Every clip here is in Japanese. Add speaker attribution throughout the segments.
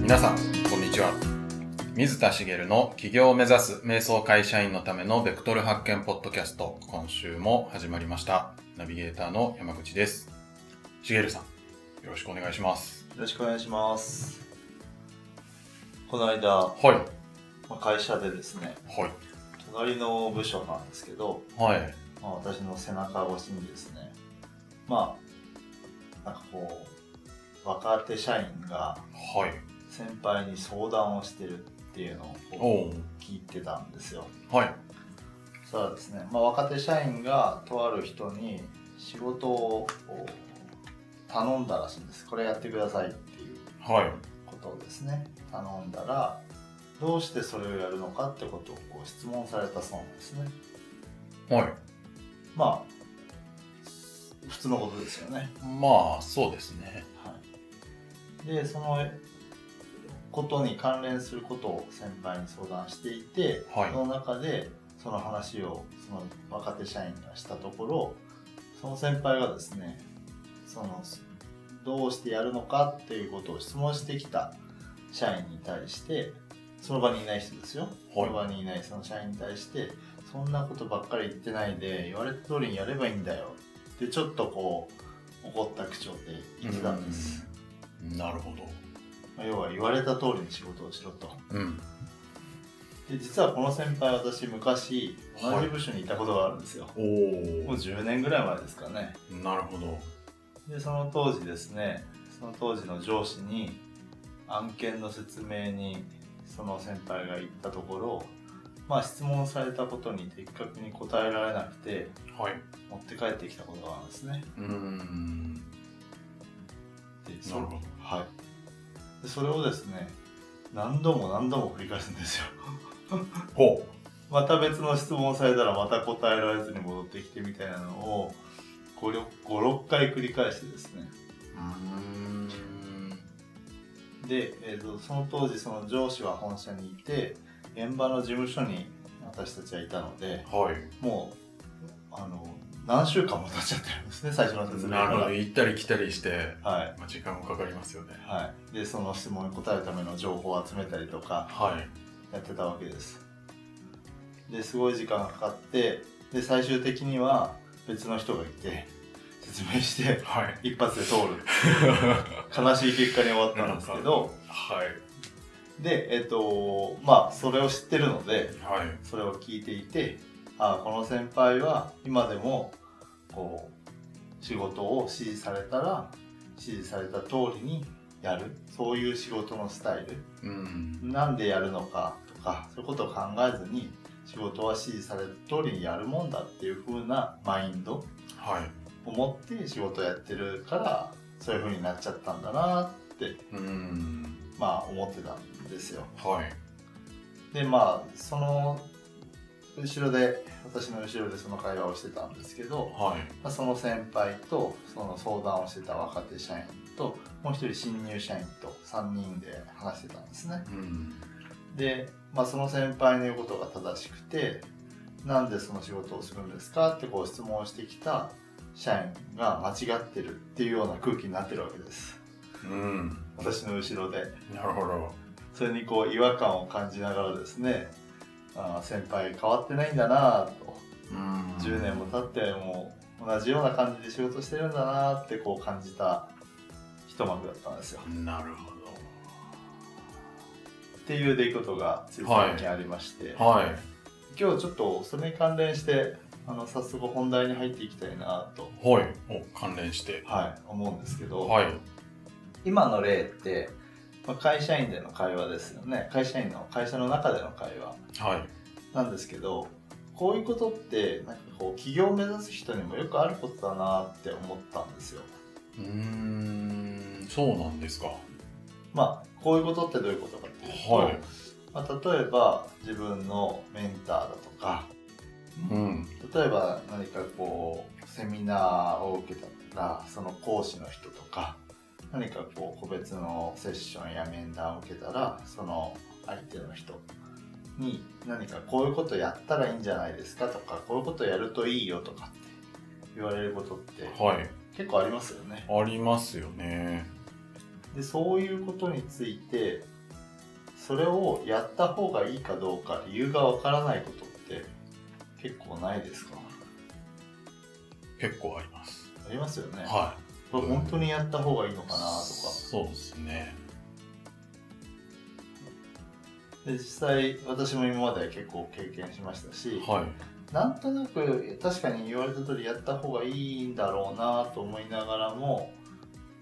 Speaker 1: 皆さん、こんにちは。水田茂の起業を目指す瞑想会社員のためのベクトル発見ポッドキャスト、今週も始まりました。ナビゲーターの山口です。茂さん、よろしくお願いします。
Speaker 2: よろしくお願いします。この間、ま
Speaker 1: はい。
Speaker 2: あ会社でですね、
Speaker 1: はい。
Speaker 2: 隣の部署なんですけど、
Speaker 1: はい。
Speaker 2: まあ、私の背中越しにですね、まあ、なんかこう、若手社員が
Speaker 1: はい。
Speaker 2: 先輩に相談をしてるっていうのをこ
Speaker 1: おう
Speaker 2: う聞いてたんですよ。
Speaker 1: はい。
Speaker 2: そしたらですね、まあ、若手社員がとある人に仕事をこう頼んだらしいんです。これやってくださいっていう。
Speaker 1: はい。
Speaker 2: ことをですね頼んだらどうしてそれをやるのかってことをこう質問されたそうなんですね
Speaker 1: はい。
Speaker 2: まあ普通のことですよね、
Speaker 1: まあ、そうですね。
Speaker 2: はい、でそのことに関連することを先輩に相談していて、
Speaker 1: はい
Speaker 2: その中でその話をその若手社員がしたところその先輩がですねそのどうしてやるのかっていうことを質問してきた社員に対してその場にいない人ですよ、その場にいないその社員に対してそんなことばっかり言ってないで言われた通りにやればいいんだよってちょっとこう怒った口調で言ってたんです、
Speaker 1: なるほど。
Speaker 2: まあ要は言われた通りに仕事をしろと
Speaker 1: うん。
Speaker 2: で実はこの先輩私昔同じ部署にいたことがあるんですよ、
Speaker 1: お
Speaker 2: もう
Speaker 1: お。
Speaker 2: 10年ぐらい前ですかね
Speaker 1: なるほど。
Speaker 2: でその当時ですねその当時の上司に案件の説明にその先輩が言ったところまあ質問されたことに的確に答えられなくて
Speaker 1: はい。
Speaker 2: 持って帰ってきたことがあるんですね
Speaker 1: うーん。
Speaker 2: で
Speaker 1: なるほど
Speaker 2: はいでそれをですね何度も何度も繰り返すんですよ
Speaker 1: ほ
Speaker 2: また別の質問されたらまた答えられずに戻ってきてみたいなのを56回繰り返してですね
Speaker 1: う。うーん。
Speaker 2: で、えー、とその当時その上司は本社にいて現場の事務所に私たちはいたので
Speaker 1: はい。
Speaker 2: もうあの何週間も経っちゃってるんですね最初の説明
Speaker 1: なるほど
Speaker 2: か
Speaker 1: 行ったり来たりして、
Speaker 2: らはい
Speaker 1: まあ、時間もかかりますよね
Speaker 2: はいでその質問に答えるための情報を集めたりとか
Speaker 1: はい
Speaker 2: やってたわけですですごい時間がかかってで最終的には別の人がいて説明して
Speaker 1: はい
Speaker 2: 一発で通る悲しい結果に終わったんですけど
Speaker 1: はい
Speaker 2: でえっ、とまあそれを知ってるので
Speaker 1: はい
Speaker 2: それを聞いていてああこの先輩は今でもこう仕事を指示されたら指示された通りにやるそういう仕事のスタイル
Speaker 1: うん
Speaker 2: なんでやるのかとかそういうことを考えずに仕事は指示された通りにやるもんだっていう風なマインド
Speaker 1: はい
Speaker 2: を持って仕事をやってるからそういう風になっちゃったんだなって
Speaker 1: うん
Speaker 2: まあ思ってたんですよ。
Speaker 1: はい
Speaker 2: でまあその後ろで私の後ろでその会話をしてたんですけど、
Speaker 1: はい
Speaker 2: まあ、その先輩とその相談をしてた若手社員ともう一人新入社員と3人で話してたんですね
Speaker 1: うん
Speaker 2: で、まあ、その先輩の言うことが正しくてなんでその仕事をするんですかってこう質問してきた社員が間違ってるっていうような空気になってるわけです
Speaker 1: うん
Speaker 2: 私の後ろで
Speaker 1: なるほど
Speaker 2: それにこう違和感を感じながらですねあー先輩変わってないんだなぁと
Speaker 1: うん
Speaker 2: 10年も経ってもう同じような感じで仕事してるんだなぁってこう感じた一幕だったんですよ
Speaker 1: なるほ
Speaker 2: っていう出来事がつい最近ありまして、
Speaker 1: どはい
Speaker 2: 今日ちょっとそれに関連してあの早速本題に入っていきたいなぁと、
Speaker 1: はいお関連して
Speaker 2: はい、思うんですけど、
Speaker 1: はい
Speaker 2: 今の例って、まあ、会社員での会話ですよね会社員の会社の中での会話
Speaker 1: はい
Speaker 2: なんですけどこういうことってなんかこう起業を目指す人にもよくあることだなって思ったんですよ。
Speaker 1: うーんそうなんですかは
Speaker 2: まあこういうことってどういうことかっていうと、
Speaker 1: はい
Speaker 2: まあ、例えば自分のメンターだとか
Speaker 1: うん
Speaker 2: 例えば何かこうセミナーを受けたらその講師の人とか何かこう個別のセッションや面談を受けたらその相手の人に何かこういうことやったらいいんじゃないですかとかこういうことやるといいよとかって言われることって
Speaker 1: はい
Speaker 2: 結構ありますよね。
Speaker 1: ありますよね
Speaker 2: でそういうことについてそれをやった方がいいかどうか理由がわからないことって結構ないですか
Speaker 1: 結構あります。
Speaker 2: ありますよね、
Speaker 1: は
Speaker 2: これ本当にやった方がいいの
Speaker 1: い。
Speaker 2: かなとか
Speaker 1: そうですね。
Speaker 2: で実際私も今まで結構経験しましたし、
Speaker 1: は
Speaker 2: なんとなく確かに言われた通りやった方がいいんだろうなと思いながらも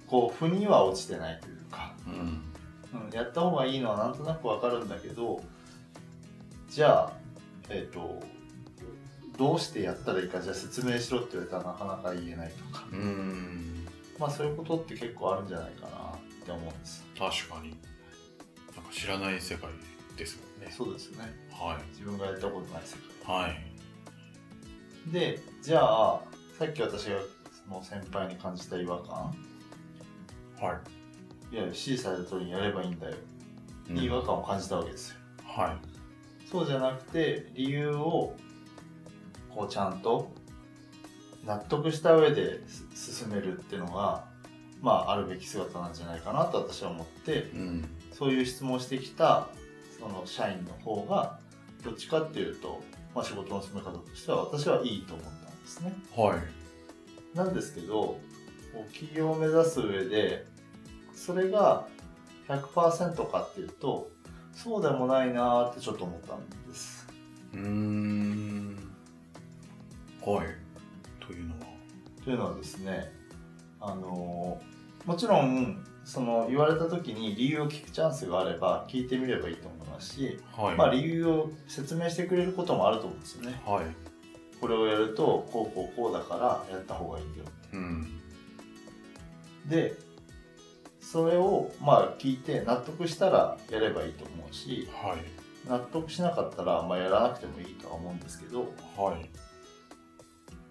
Speaker 2: こう腑には落ちてないというか、
Speaker 1: い。うん。
Speaker 2: うん、やった方がいいのはなんとなくわかるんだけどじゃあえっ、とどうしてやったらいいかじゃあ説明しろって言われたらなかなか言えないとか
Speaker 1: うーん。
Speaker 2: まあそういうことって結構あるんじゃないかなって思うんです
Speaker 1: 確かに。なんか知らない世界ですもんね。
Speaker 2: そうですね
Speaker 1: は
Speaker 2: 自分がやったことない世界
Speaker 1: い。はい。
Speaker 2: でじゃあさっき私がその先輩に感じた違和感
Speaker 1: はい
Speaker 2: や指示された通りにやればいいんだよ、
Speaker 1: い。
Speaker 2: 違和感を感じたわけですよ
Speaker 1: は
Speaker 2: そうじゃなくて理由をこうちゃんと納得した上です進めるっていうのがまああるべき姿なんじゃないかなと私は思って
Speaker 1: い。うん。
Speaker 2: そういう質問をしてきたその社員の方がどっちかっていうと、まあ、仕事の進め方としては私はいいと思ったんですね
Speaker 1: はい。
Speaker 2: なんですけどこう起業を目指す上でそれが100%かっていうとそうでもないなーってちょっと思ったんです
Speaker 1: うーん。はい。というのは。
Speaker 2: というのはですねあのーもちろんその言われた時に理由を聞くチャンスがあれば聞いてみればいいと思いますし、
Speaker 1: はい。
Speaker 2: まあ、理由を説明してくれることもあると思うんですよね
Speaker 1: はい。
Speaker 2: これをやるとこうこうこうだからやった方がいいよ
Speaker 1: うん。
Speaker 2: でそれをまあ聞いて納得したらやればいいと思うし
Speaker 1: はい。
Speaker 2: 納得しなかったらまあやらなくてもいいとは思うんですけど
Speaker 1: はい。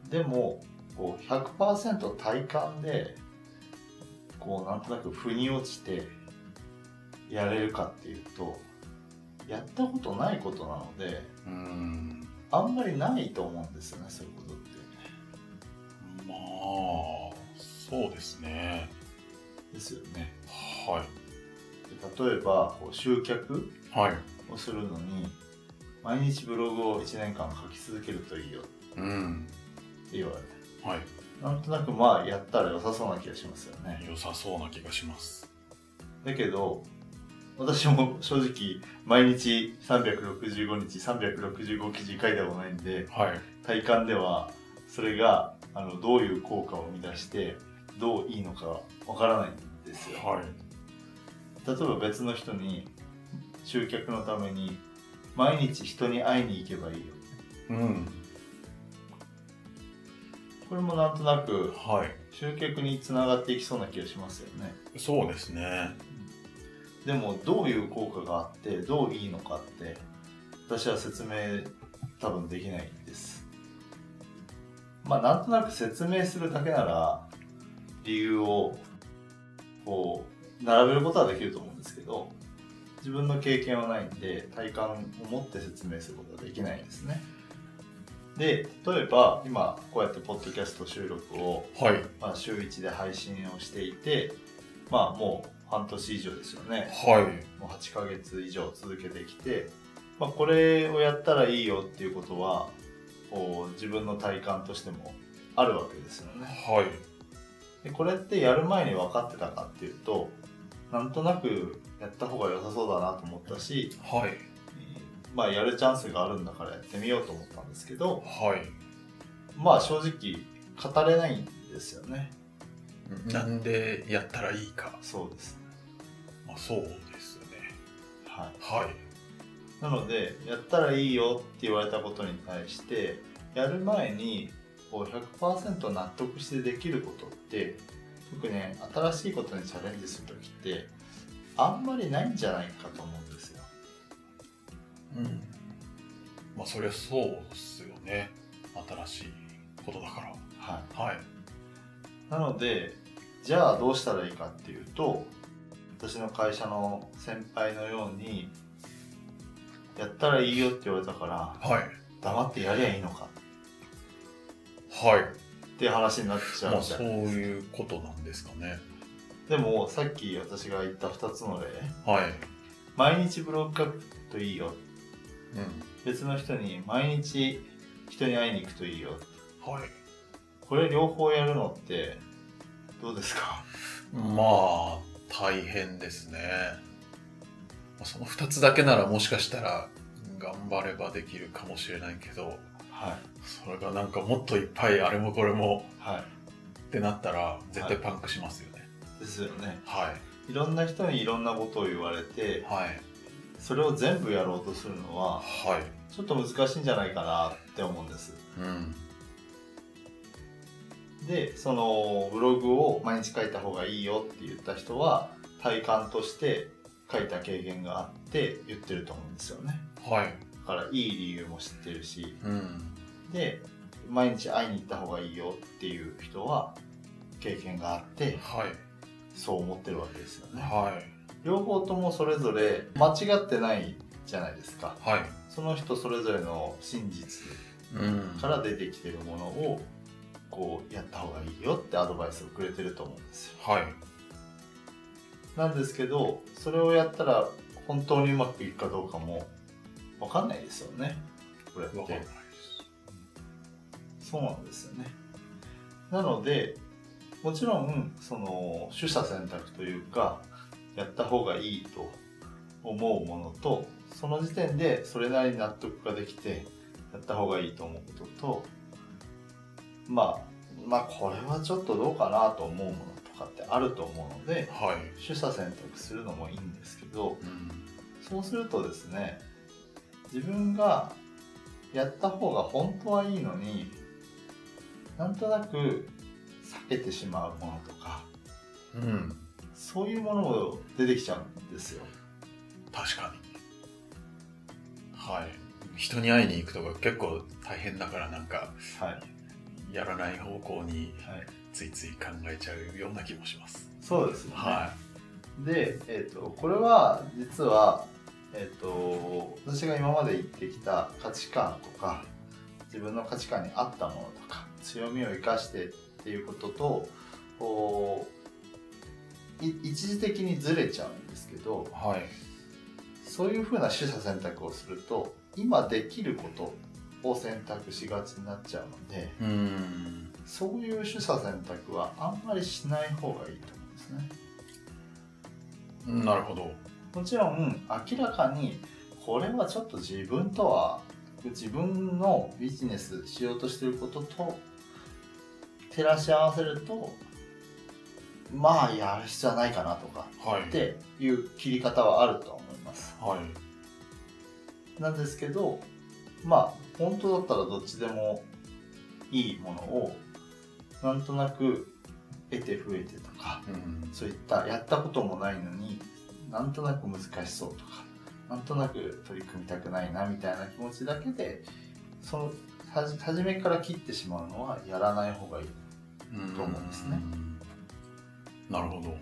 Speaker 2: でもこう100%体感でこうなんとなく腑に落ちてやれるかっていうとやったことないことなので
Speaker 1: うーん。
Speaker 2: あんまりないと思うんですよねそういうことって。
Speaker 1: まあ、そうですね。
Speaker 2: ですよね。
Speaker 1: は
Speaker 2: で例えばこう集客
Speaker 1: い。はい。
Speaker 2: をするのに毎日ブログを1年間書き続けるといいよ
Speaker 1: うん。
Speaker 2: って言われて
Speaker 1: はい。
Speaker 2: なんとなくまあやったら良さそうな気がしますよね
Speaker 1: 良さそうな気がします。
Speaker 2: だけど私も正直毎日365日365記事書いたことないんで
Speaker 1: はい。
Speaker 2: 体感ではそれがあのどういう効果を生み出してどういいのかわからないんですよ
Speaker 1: はい。
Speaker 2: 例えば別の人に集客のために毎日人に会いに行けばいいよ
Speaker 1: うん。
Speaker 2: これもなんとなく
Speaker 1: は
Speaker 2: 集客につながっていきそうな気がしますよね
Speaker 1: い。そうですね。
Speaker 2: でもどういう効果があってどういいのかって私は説明多分できないんですまあなんとなく説明するだけなら理由をこう並べることはできると思うんですけど自分の経験はないんで体感を持って説明することはできないんですねで例えば今こうやってポッドキャスト収録を
Speaker 1: はい。
Speaker 2: まあ、週1で配信をしていて、まあ、もう半年以上ですよね
Speaker 1: はい。
Speaker 2: もう8ヶ月以上続けてきて、まあ、これをやったらいいよっていうことはこう自分の体感としてもあるわけですよね
Speaker 1: はい。
Speaker 2: でこれってやる前に分かってたかっていうとなんとなくやった方が良さそうだなと思ったし、
Speaker 1: はい。
Speaker 2: まあ、やるチャンスがあるんだからやってみようと思ったんですけど
Speaker 1: はい。
Speaker 2: まあ正直語れないんですよね
Speaker 1: なんでやったらいいか。
Speaker 2: そうですね
Speaker 1: まあ、そうですね。
Speaker 2: はい
Speaker 1: はい。
Speaker 2: なのでやったらいいよって言われたことに対してやる前にこう100%納得してできることって特にね新しいことにチャレンジする時ってあんまりないんじゃないかと思うんですよ。
Speaker 1: うん。まあ、そりゃそうですよね。新しいことだか
Speaker 2: は
Speaker 1: ら。はい。
Speaker 2: い、なのでじゃあどうしたらいいかっていうと私の会社の先輩のようにやったらいいよって言われたから
Speaker 1: はい。
Speaker 2: 黙ってやりゃいいのか
Speaker 1: はい。
Speaker 2: っていう話になってきちゃう
Speaker 1: まあ、
Speaker 2: みたい
Speaker 1: そう
Speaker 2: な
Speaker 1: いうことなんですかね。
Speaker 2: でもさっき私が言った2つの例
Speaker 1: はい。
Speaker 2: 毎日ブログ書くといいよ
Speaker 1: うん。
Speaker 2: 別の人に毎日人に会いに行くといいよ
Speaker 1: はい。
Speaker 2: これ両方やるのってどうですか
Speaker 1: まあ、大変ですね。まあその2つだけならもしかしたら頑張ればできるかもしれないけど、
Speaker 2: はい
Speaker 1: それがなんかもっといっぱいあれもこれも
Speaker 2: は
Speaker 1: ってなったら絶対パンクしますよね。
Speaker 2: いですよね
Speaker 1: はい
Speaker 2: ろんな人にいろんなことを言われて
Speaker 1: い。はい。
Speaker 2: それを全部やろうとするのは
Speaker 1: はい。
Speaker 2: ちょっと難しいんじゃないかなって思うんです
Speaker 1: うん。
Speaker 2: でそのブログを毎日書いた方がいいよって言った人は体感として書いた経験があって言ってると思うんですよね
Speaker 1: はい。
Speaker 2: だからいい理由も知ってるし
Speaker 1: うん。
Speaker 2: で毎日会いに行った方がいいよっていう人は経験があって
Speaker 1: はい。
Speaker 2: そう思ってるわけですよね
Speaker 1: はい。
Speaker 2: 両方ともそれぞれ間違ってないじゃないですか
Speaker 1: はい。
Speaker 2: その人それぞれの真実
Speaker 1: うん。
Speaker 2: から出てきてるものをこうやった方がいいよってアドバイスをくれてると思うんですよ
Speaker 1: はい。
Speaker 2: なんですけどそれをやったら本当にうまくいくかどうかも分かんないですよねこれ
Speaker 1: わ
Speaker 2: っ
Speaker 1: かんない
Speaker 2: て
Speaker 1: です。
Speaker 2: そうなんですよねなのでもちろんその取捨選択というかやった方がいいと思うものとその時点でそれなりに納得ができてやった方がいいと思うこととまあまあこれはちょっとどうかなと思うものとかってあると思うので
Speaker 1: はい。
Speaker 2: 取捨選択するのもいいんですけど
Speaker 1: うん。
Speaker 2: そうするとですね自分がやった方が本当はいいのになんとなく避けてしまうものとか
Speaker 1: うん。
Speaker 2: そういうものも出てきちゃうんですよ
Speaker 1: 確かに。はい。人に会いに行くとか結構大変だからなんか
Speaker 2: はい、
Speaker 1: やらない方向に
Speaker 2: はい、
Speaker 1: ついつい考えちゃうような気もします。
Speaker 2: そうですよね、
Speaker 1: は
Speaker 2: で、えー、とこれは実は、えー、と私が今まで言ってきた価値観とか自分の価値観に合ったものとか強みを生かしてっていうこととこうい一時的にずれちゃうんですけど
Speaker 1: い。はい。
Speaker 2: そういうふうな取捨選択をすると今できることを選択しがちになっちゃうので
Speaker 1: うーん。
Speaker 2: そういう取捨選択はあんまりしない方がいいと思うんですね。
Speaker 1: なるほど。
Speaker 2: もちろん明らかにこれはちょっと自分とは自分のビジネスしようとしてることと照らし合わせるとまあやる必要はないかなとか
Speaker 1: はい。
Speaker 2: っていう切り方はあるとは思います
Speaker 1: はい。
Speaker 2: なんですけどまあ本当だったらどっちでもいいものをなんとなく得て増えてとか
Speaker 1: うん。
Speaker 2: そういったやったこともないのになんとなく難しそうとかなんとなく取り組みたくないなみたいな気持ちだけでそのはじ初めから切ってしまうのはやらない方がいいと思うんですね
Speaker 1: なるほど。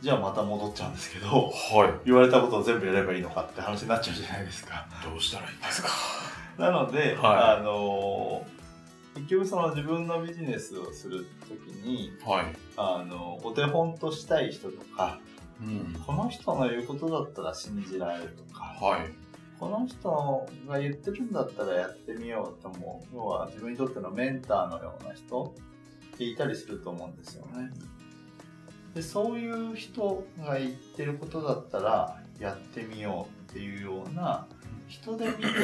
Speaker 2: じゃあまた戻っちゃうんですけど
Speaker 1: は
Speaker 2: 言われたことを全部やればいいのかって話になっちゃうじゃないですか
Speaker 1: い。どうしたらいいんですか。
Speaker 2: なので、
Speaker 1: は
Speaker 2: あの結局その自分のビジネスをするときに
Speaker 1: はい。
Speaker 2: あのお手本としたい人とか
Speaker 1: うん。
Speaker 2: この人の言うことだったら信じられるとか
Speaker 1: はい。
Speaker 2: この人が言ってるんだったらやってみようと思う要は自分にとってのメンターのような人っていたりすると思うんですよねでそういう人が言ってることだったらやってみようっていうような人で見てみるっ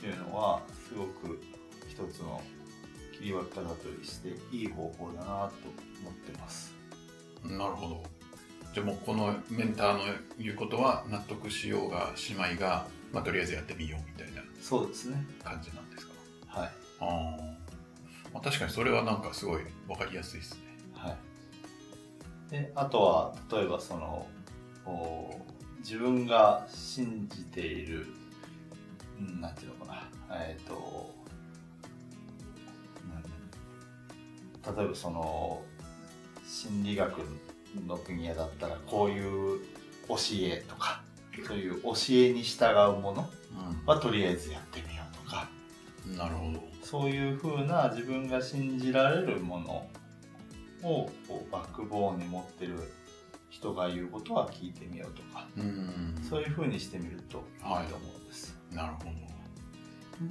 Speaker 2: ていうのはすごく一つの切り分け方としていい方法だなと思ってます
Speaker 1: なるほど。じゃあもうこのメンターの言うことは納得しようがしまいが、まあ、とりあえずやってみようみたいな
Speaker 2: そうですね
Speaker 1: 感じなんですか。
Speaker 2: はい
Speaker 1: あー、まあ、確かにそれはなんかすごいわかりやすいですね。
Speaker 2: はい、であとは例えばそのこう自分が信じているうんなんていうのかなえっ、となん例えばその心理学の分野だったらこういう教えとかそういう教えに従うものはとりあえずやってみようとか
Speaker 1: うん、なるほど。
Speaker 2: そういう風な自分が信じられるものをこうバックボーンに持ってる人が言うことは聞いてみようとか
Speaker 1: うん
Speaker 2: そういうふうにしてみるといいと思うんです。
Speaker 1: なるほど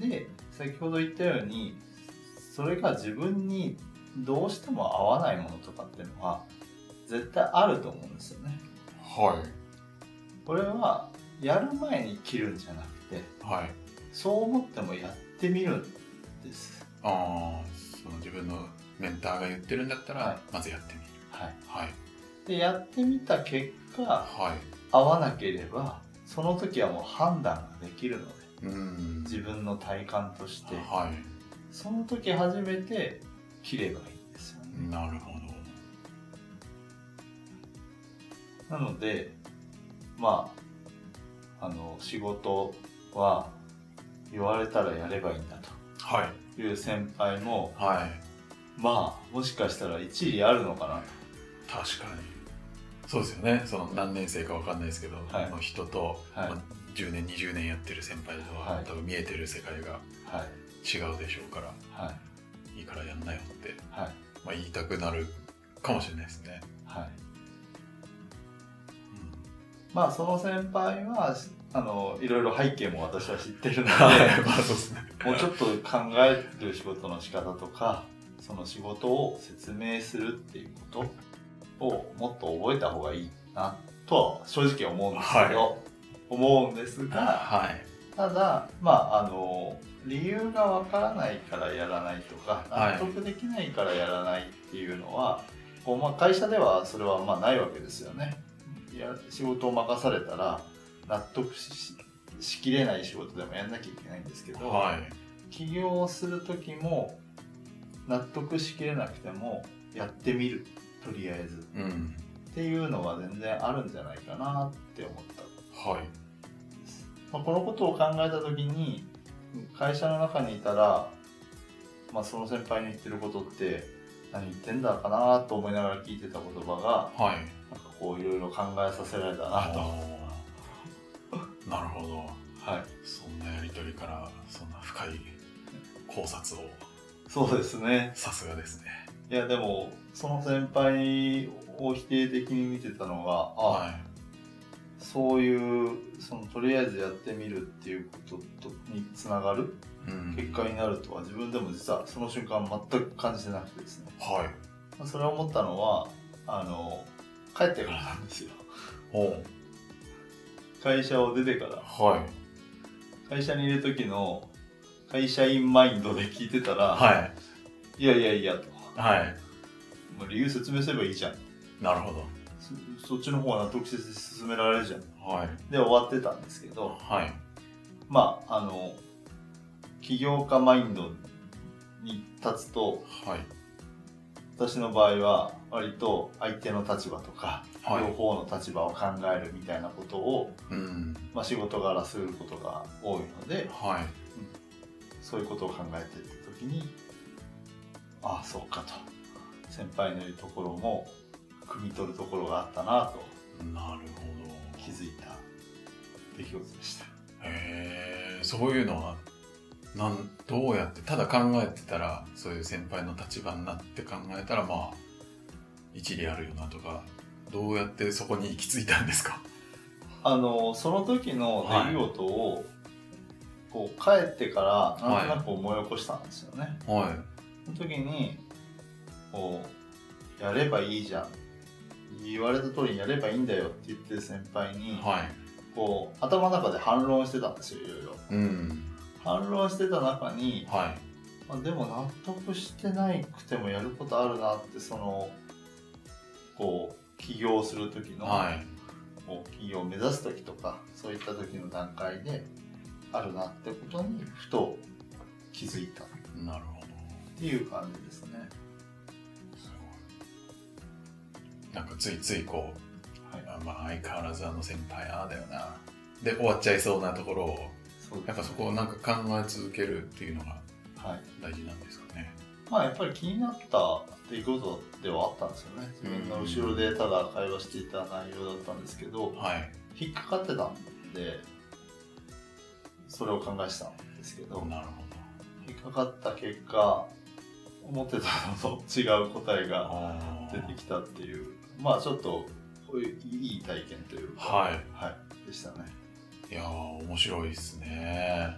Speaker 2: で先ほど言ったようにそれが自分にどうしても合わないものとかっていうのは絶対あると思うんですよね。
Speaker 1: は
Speaker 2: これはやる前に切るんじゃなくて
Speaker 1: いはい
Speaker 2: そう思ってもやってみるんです。
Speaker 1: ああその自分のメンターが言ってるんだったら、
Speaker 2: は
Speaker 1: まずやってみる
Speaker 2: はい、
Speaker 1: はい
Speaker 2: でやってみた結果
Speaker 1: は
Speaker 2: 合わなければその時はもう判断ができるので
Speaker 1: いうん
Speaker 2: 自分の体感として
Speaker 1: は
Speaker 2: その時初めて切ればいいんですよね。
Speaker 1: いなるほど
Speaker 2: なのでまああの仕事は言われたらやればいいんだ
Speaker 1: はい
Speaker 2: という先輩も
Speaker 1: はい
Speaker 2: まあもしかしたら一理あるのかな
Speaker 1: 確かにそうですよねその何年生かわかんないですけど、
Speaker 2: はい
Speaker 1: あの人と、
Speaker 2: はい
Speaker 1: まあ10年20年やってる先輩とは、
Speaker 2: はい
Speaker 1: 多分見えてる世界が
Speaker 2: とはい
Speaker 1: 違うでしょうから
Speaker 2: はい
Speaker 1: いいからやんなよって、
Speaker 2: はい
Speaker 1: まあ、言いたくなるかもしれないですね、
Speaker 2: はいまあその先輩はあのいろいろ背景も私は知ってるので
Speaker 1: はい まあそうですね
Speaker 2: もうちょっと考える仕事の仕方とかその仕事を説明するっていうことをもっと覚えた方がいいなとは正直思うんですけど、思うんですが
Speaker 1: はい
Speaker 2: ただまああの理由がわからないからやらないとか
Speaker 1: はい
Speaker 2: 納得できないからやらないっていうのは、こうまあ、会社ではそれはまあないわけですよね。いや仕事を任されたら納得ししきれない仕事でもやんなきゃいけないんですけど。
Speaker 1: はい
Speaker 2: 起業をする時も納得しきれなくてもやってみるとりあえず
Speaker 1: うん
Speaker 2: っていうのは全然あるんじゃないかなって思ったん
Speaker 1: はい
Speaker 2: です、まあ、このことを考えた時に会社の中にいたら、まあ、その先輩の言ってることって何言ってんだかなと思いながら聞いてた言葉が
Speaker 1: はい
Speaker 2: なんかこういろいろ考えさせられたなと、
Speaker 1: ーなるほど
Speaker 2: はい、
Speaker 1: そんなやりとりからそんな深い考察を
Speaker 2: そうですね
Speaker 1: さすがですね
Speaker 2: いやでもその先輩を否定的に見てたのがあ、
Speaker 1: は
Speaker 2: そういうそのとりあえずやってみるっていうこととにつながる
Speaker 1: い、うん
Speaker 2: 結果になるとは自分でも実はその瞬間全く感じてなくてですね
Speaker 1: はい
Speaker 2: まあそれを思ったのはあの帰ってからなんですよ
Speaker 1: おう
Speaker 2: 会社を出てから
Speaker 1: はい
Speaker 2: 会社にいる時の会社員マインドで聞いてたら、
Speaker 1: はい
Speaker 2: い、やいやいやと
Speaker 1: はい
Speaker 2: もう理由説明すればいいじゃん
Speaker 1: なるほど
Speaker 2: そそっちの方が納得して進められるじゃん
Speaker 1: はい
Speaker 2: で終わってたんですけど
Speaker 1: はい
Speaker 2: まああの起業家マインドに立つと
Speaker 1: はい
Speaker 2: 私の場合は割と相手の立場とか、
Speaker 1: は
Speaker 2: 両
Speaker 1: い
Speaker 2: 方の立場を考えるみたいなことを、
Speaker 1: うん
Speaker 2: まあ、仕事柄することが多いので
Speaker 1: はい
Speaker 2: そういうことを考えていった時にああそうかと先輩の言うところも汲み取るところがあったなと
Speaker 1: なるほど
Speaker 2: 気づいた出来事でした。
Speaker 1: へえそういうのはなんどうやってただ考えてたらそういう先輩の立場になって考えたらまあ一理あるよなとかどうやってそこに行き着いたんですか
Speaker 2: あのその時の出来事を、こう帰ってからなんとなく思い起こしたんですよね。
Speaker 1: は
Speaker 2: その時にこうやればいいじゃん言われた通りにやればいいんだよって言ってる先輩
Speaker 1: い
Speaker 2: に、
Speaker 1: は
Speaker 2: こう頭の中で反論してたんですよいろいろ
Speaker 1: いうん
Speaker 2: 反論してた中に、
Speaker 1: は
Speaker 2: まあ、でも納得してないくてもやることあるなってそのこう起業する時
Speaker 1: い
Speaker 2: の、
Speaker 1: はい
Speaker 2: こう起業を目指す時とかそういった時の段階であるなってことにふと気づいたっ
Speaker 1: なるほど
Speaker 2: ていう感じですね。
Speaker 1: すごいなんかついついこう
Speaker 2: はい、
Speaker 1: あまあ相変わらずあの先輩ああだよなで終わっちゃいそうなところを
Speaker 2: そうですね
Speaker 1: やっぱそこをなんか考え続けるっていうのが
Speaker 2: はい
Speaker 1: 大事なんですかね
Speaker 2: まあやっぱり気になった出来事ではあったんですよね自分の後ろでただ会話していた内容だったんですけど
Speaker 1: はい
Speaker 2: 引っかかってたんでそれを考えしたんですけど
Speaker 1: なるほど
Speaker 2: 引っかかった結果思ってたのと違う答えが
Speaker 1: あ
Speaker 2: 出てきたっていうまあちょっとこういういい体験というか、
Speaker 1: はい
Speaker 2: はい、でしたね。
Speaker 1: いやー面白いですね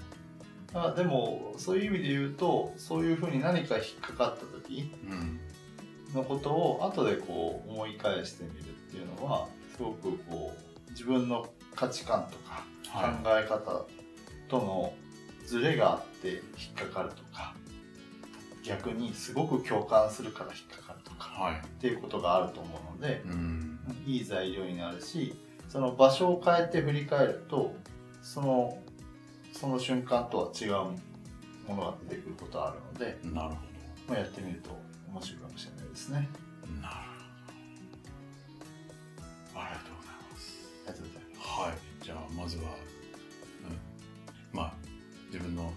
Speaker 2: あでもそういう意味で言うとそういうふうに何か引っかかった時
Speaker 1: うん
Speaker 2: のことを後でこう思い返してみるっていうのはすごくこう自分の価値観とか考
Speaker 1: は
Speaker 2: え方とのズレがあって引っかかるとか逆にすごく共感するから引っかかると
Speaker 1: い
Speaker 2: か
Speaker 1: は
Speaker 2: っていうことがあると思うので
Speaker 1: いうん
Speaker 2: いい材料になるしその場所を変えて振り返るとそのその瞬間とは違うものが出てくることがあるので、
Speaker 1: なるほ
Speaker 2: まあ、やってみると面白いかもしれないですね。
Speaker 1: どなるほどありがとうございます
Speaker 2: ありがとうございます。
Speaker 1: はい、じゃあまずは、うん、まあ自分の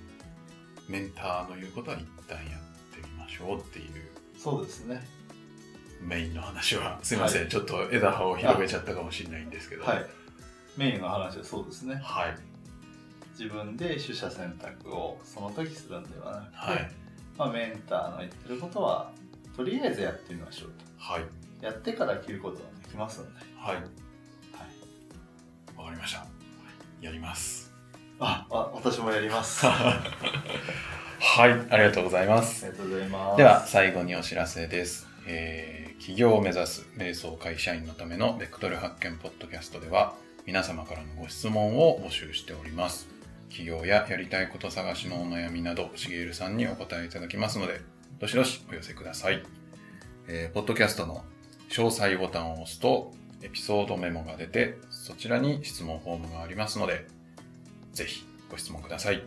Speaker 1: メンターの言うことは一旦やってみましょうっていう
Speaker 2: そうですね。
Speaker 1: メインの話はすいません、
Speaker 2: は
Speaker 1: ちょっと枝葉を広げちゃったかもしれないんですけど
Speaker 2: はい。メインの話はそうですね。
Speaker 1: はい
Speaker 2: 自分で取捨選択をその時するんではなくて、
Speaker 1: はい
Speaker 2: まあ、メンターの言ってることはとりあえずやってみましょう
Speaker 1: はい
Speaker 2: とやってから切ることができますので、
Speaker 1: はい
Speaker 2: はい、
Speaker 1: わかりましたやります
Speaker 2: ああ私もやり ますあ
Speaker 1: はいありがとうございます
Speaker 2: りがとうございます
Speaker 1: では最後にお知らせです、えー企業を目指す瞑想会社員のためのベクトル発見ポッドキャストでは皆様からのご質問を募集しております企業ややりたいこと探しのお悩みなどしげるさんにお答えいただきますのでどしどしお寄せください、えーポッドキャストの詳細ボタンを押すとエピソードメモが出てそちらに質問フォームがありますのでぜひご質問ください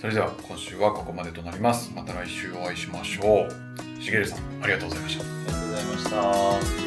Speaker 1: それでは今週はここまでとなりますまた来週お会いしましょうしげるさんありがとうございました
Speaker 2: ありがとうございました